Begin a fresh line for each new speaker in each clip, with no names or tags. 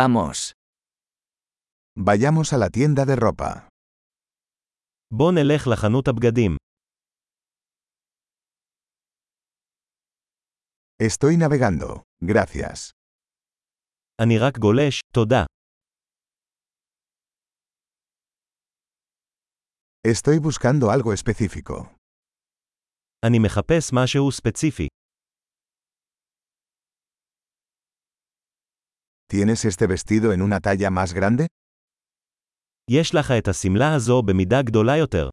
Vamos.
Vayamos a la tienda de ropa.
בוא נלך לחנות הבגדים.
Estoy navegando. Gracias.
אני רק גולש, תודה.
Estoy buscando algo específico.
אני מחפש משהו ספציפי.
¿Tienes este vestido en una talla más grande?
יש לך את השמלה הזו במידה גדולה יותר.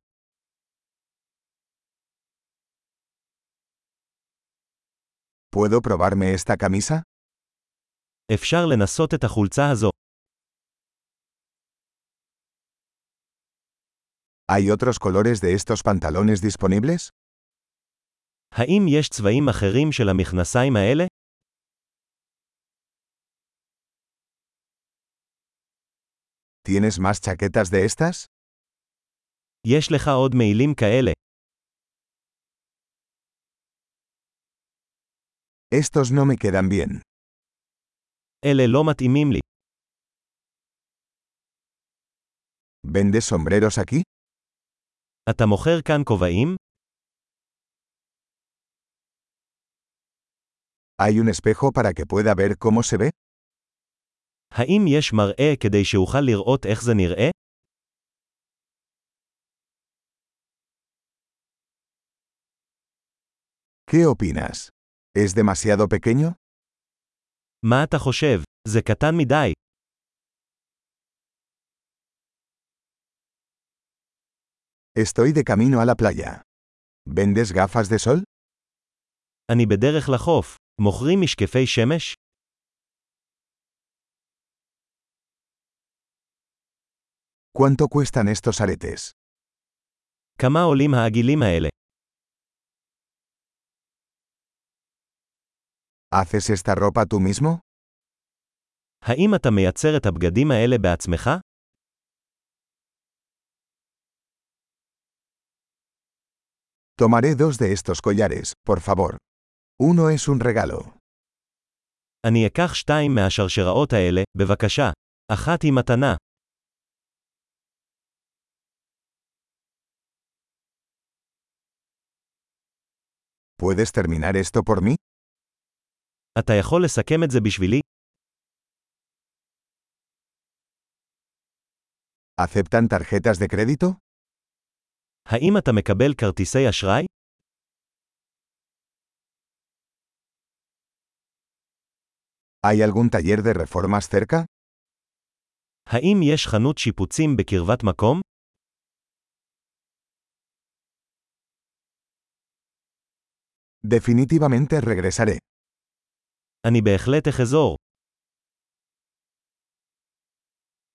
¿Puedo probarme esta camisa?
אפשר לנסות את החולצה הזו.
¿Hay otros colores de estos pantalones disponibles?
האם יש צבעים אחרים של המכנסיים האלה?
¿Tienes más chaquetas de estas?
יש לך עוד מעילים כאלה.
Estos no me quedan bien.
אלה לא מתאימים לי.
¿Vendes sombreros aquí?
אתה מוכר כאן כובעים?
¿Hay un espejo para que pueda ver cómo se ve?
האם יש מראה כדי שאוכל לראות איך זה נראה?
¿Qué opinas? ¿Es demasiado pequeño?
מה אתה חושב? זה קטן מדי.
Estoy de camino a la playa. ¿Vendes gafas de sol?
אני בדרך לחוף. מוכרים משקפי שמש?
¿Cuánto cuestan estos aretes?
כמה עולים העגילים האלה?
¿Haces esta ropa tú mismo?
האם אתה מייצר את הבגדים האלה בעצמך?
Tomaré dos de estos collares, por favor. Uno es un regalo.
אני אקח שתיים מהשרשראות האלה, בבקשה. אחת היא מתנה.
¿Puedes terminar esto por mí?
אתה יכול לסכם את זה בשבילי?
¿Aceptan tarjetas de crédito?
האם אתה מקבל כרטיסי אשראי?
¿Hay algún taller de reformas cerca?
האם יש חנות שיפוצים בקרבת מקום?
Definitivamente regresaré.
אני בהחלט אחזור.